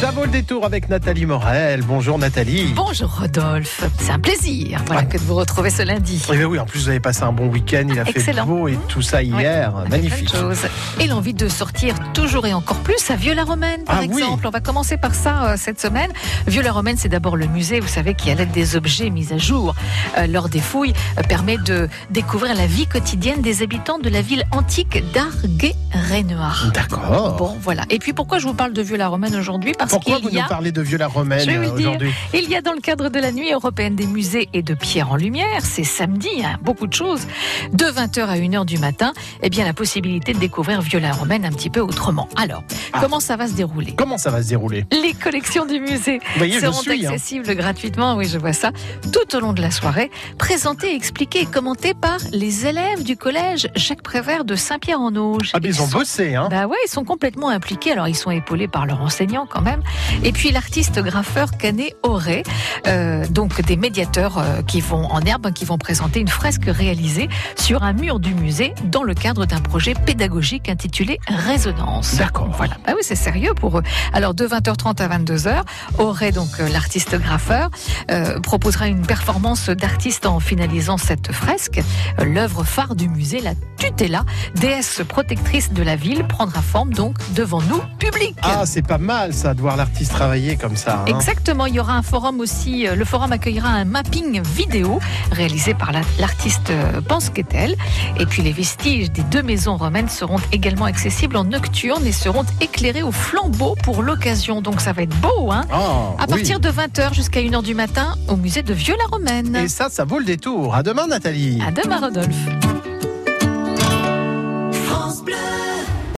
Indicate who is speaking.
Speaker 1: Ça vaut le détour avec Nathalie Morel. Bonjour Nathalie.
Speaker 2: Bonjour Rodolphe, c'est un plaisir voilà,
Speaker 1: Ah.
Speaker 2: que de vous retrouver ce lundi.
Speaker 1: Eh bien oui, en plus vous avez passé un bon week-end, il a
Speaker 2: Excellent.
Speaker 1: fait beau et tout ça hier,
Speaker 2: On a fait
Speaker 1: Ah, magnifique.
Speaker 2: plein de choses. Et l'envie de sortir toujours et encore plus à Vieux-la-Romaine, par
Speaker 1: Ah oui.
Speaker 2: exemple. On va commencer par ça euh, cette semaine. Vieux-la-Romaine, c'est d'abord le musée, vous savez, qui, à l'aide des objets mis à jour euh, lors des fouilles, euh, permet de découvrir la vie quotidienne des habitants de la ville antique d'Arguet-Rénoir.
Speaker 1: D'accord.
Speaker 2: Bon, voilà. Et puis pourquoi je vous parle de Vieux-la-Romaine aujourd'hui Parce
Speaker 1: Oh. Pourquoi
Speaker 2: qu'il
Speaker 1: vous
Speaker 2: y a...
Speaker 1: nous parlez de Vieux-la-Romaine
Speaker 2: Je vais vous
Speaker 1: euh,
Speaker 2: le dire.
Speaker 1: aujourd'hui
Speaker 2: Il y a dans le cadre de la nuit européenne des musées et de pierre en lumière, c'est samedi, hein, beaucoup de choses, de 20h à 1h du matin, eh bien la possibilité de découvrir Viola Romaine un petit peu autrement. Alors,
Speaker 1: Ah.
Speaker 2: comment ça va se dérouler
Speaker 1: Comment ça va se dérouler
Speaker 2: les collections du musée
Speaker 1: Vous voyez, je
Speaker 2: seront
Speaker 1: suis. hein.
Speaker 2: accessibles gratuitement, oui je vois ça, tout au long de la soirée, présentées, expliquées et commentées par les élèves du collège Jacques Prévert de Saint-Pierre-en-Auge.
Speaker 1: Ah, mais ils ont bossé, hein
Speaker 2: Bah ouais, ils sont complètement impliqués. Alors ils sont épaulés par leur enseignant quand même. Et puis l'artiste graffeur Canet Auré, euh, donc des médiateurs euh, qui vont en herbe, qui vont présenter une fresque réalisée sur un mur du musée dans le cadre d'un projet pédagogique intitulé Résonance.
Speaker 1: D'accord.
Speaker 2: Voilà, bah oui, c'est sérieux pour eux. Alors de 20h30 à 22h, Auré, donc euh, l'artiste graffeur, euh, proposera une performance d'artiste en finalisant cette fresque. Euh, L'œuvre phare du musée, la tutela, déesse protectrice de la ville, prendra forme donc devant nous, public.
Speaker 1: Ah, c'est pas mal ça, de voir l'artiste travailler comme ça. hein.
Speaker 2: Exactement, il y aura un forum aussi. euh, Le forum accueillera un mapping vidéo réalisé par la- l'artiste euh, Pansquetel. Et puis les vestiges des deux maisons romaines seront également accessibles en nocturne et seront éclairés au flambeau pour l'occasion. Donc ça va être beau, hein
Speaker 1: Ah,
Speaker 2: À
Speaker 1: oui.
Speaker 2: partir de 20h jusqu'à 1h du matin au musée de Vieux-la-Romaine.
Speaker 1: Et ça, ça vaut le détour. À demain, Nathalie.
Speaker 2: À demain, Rodolphe.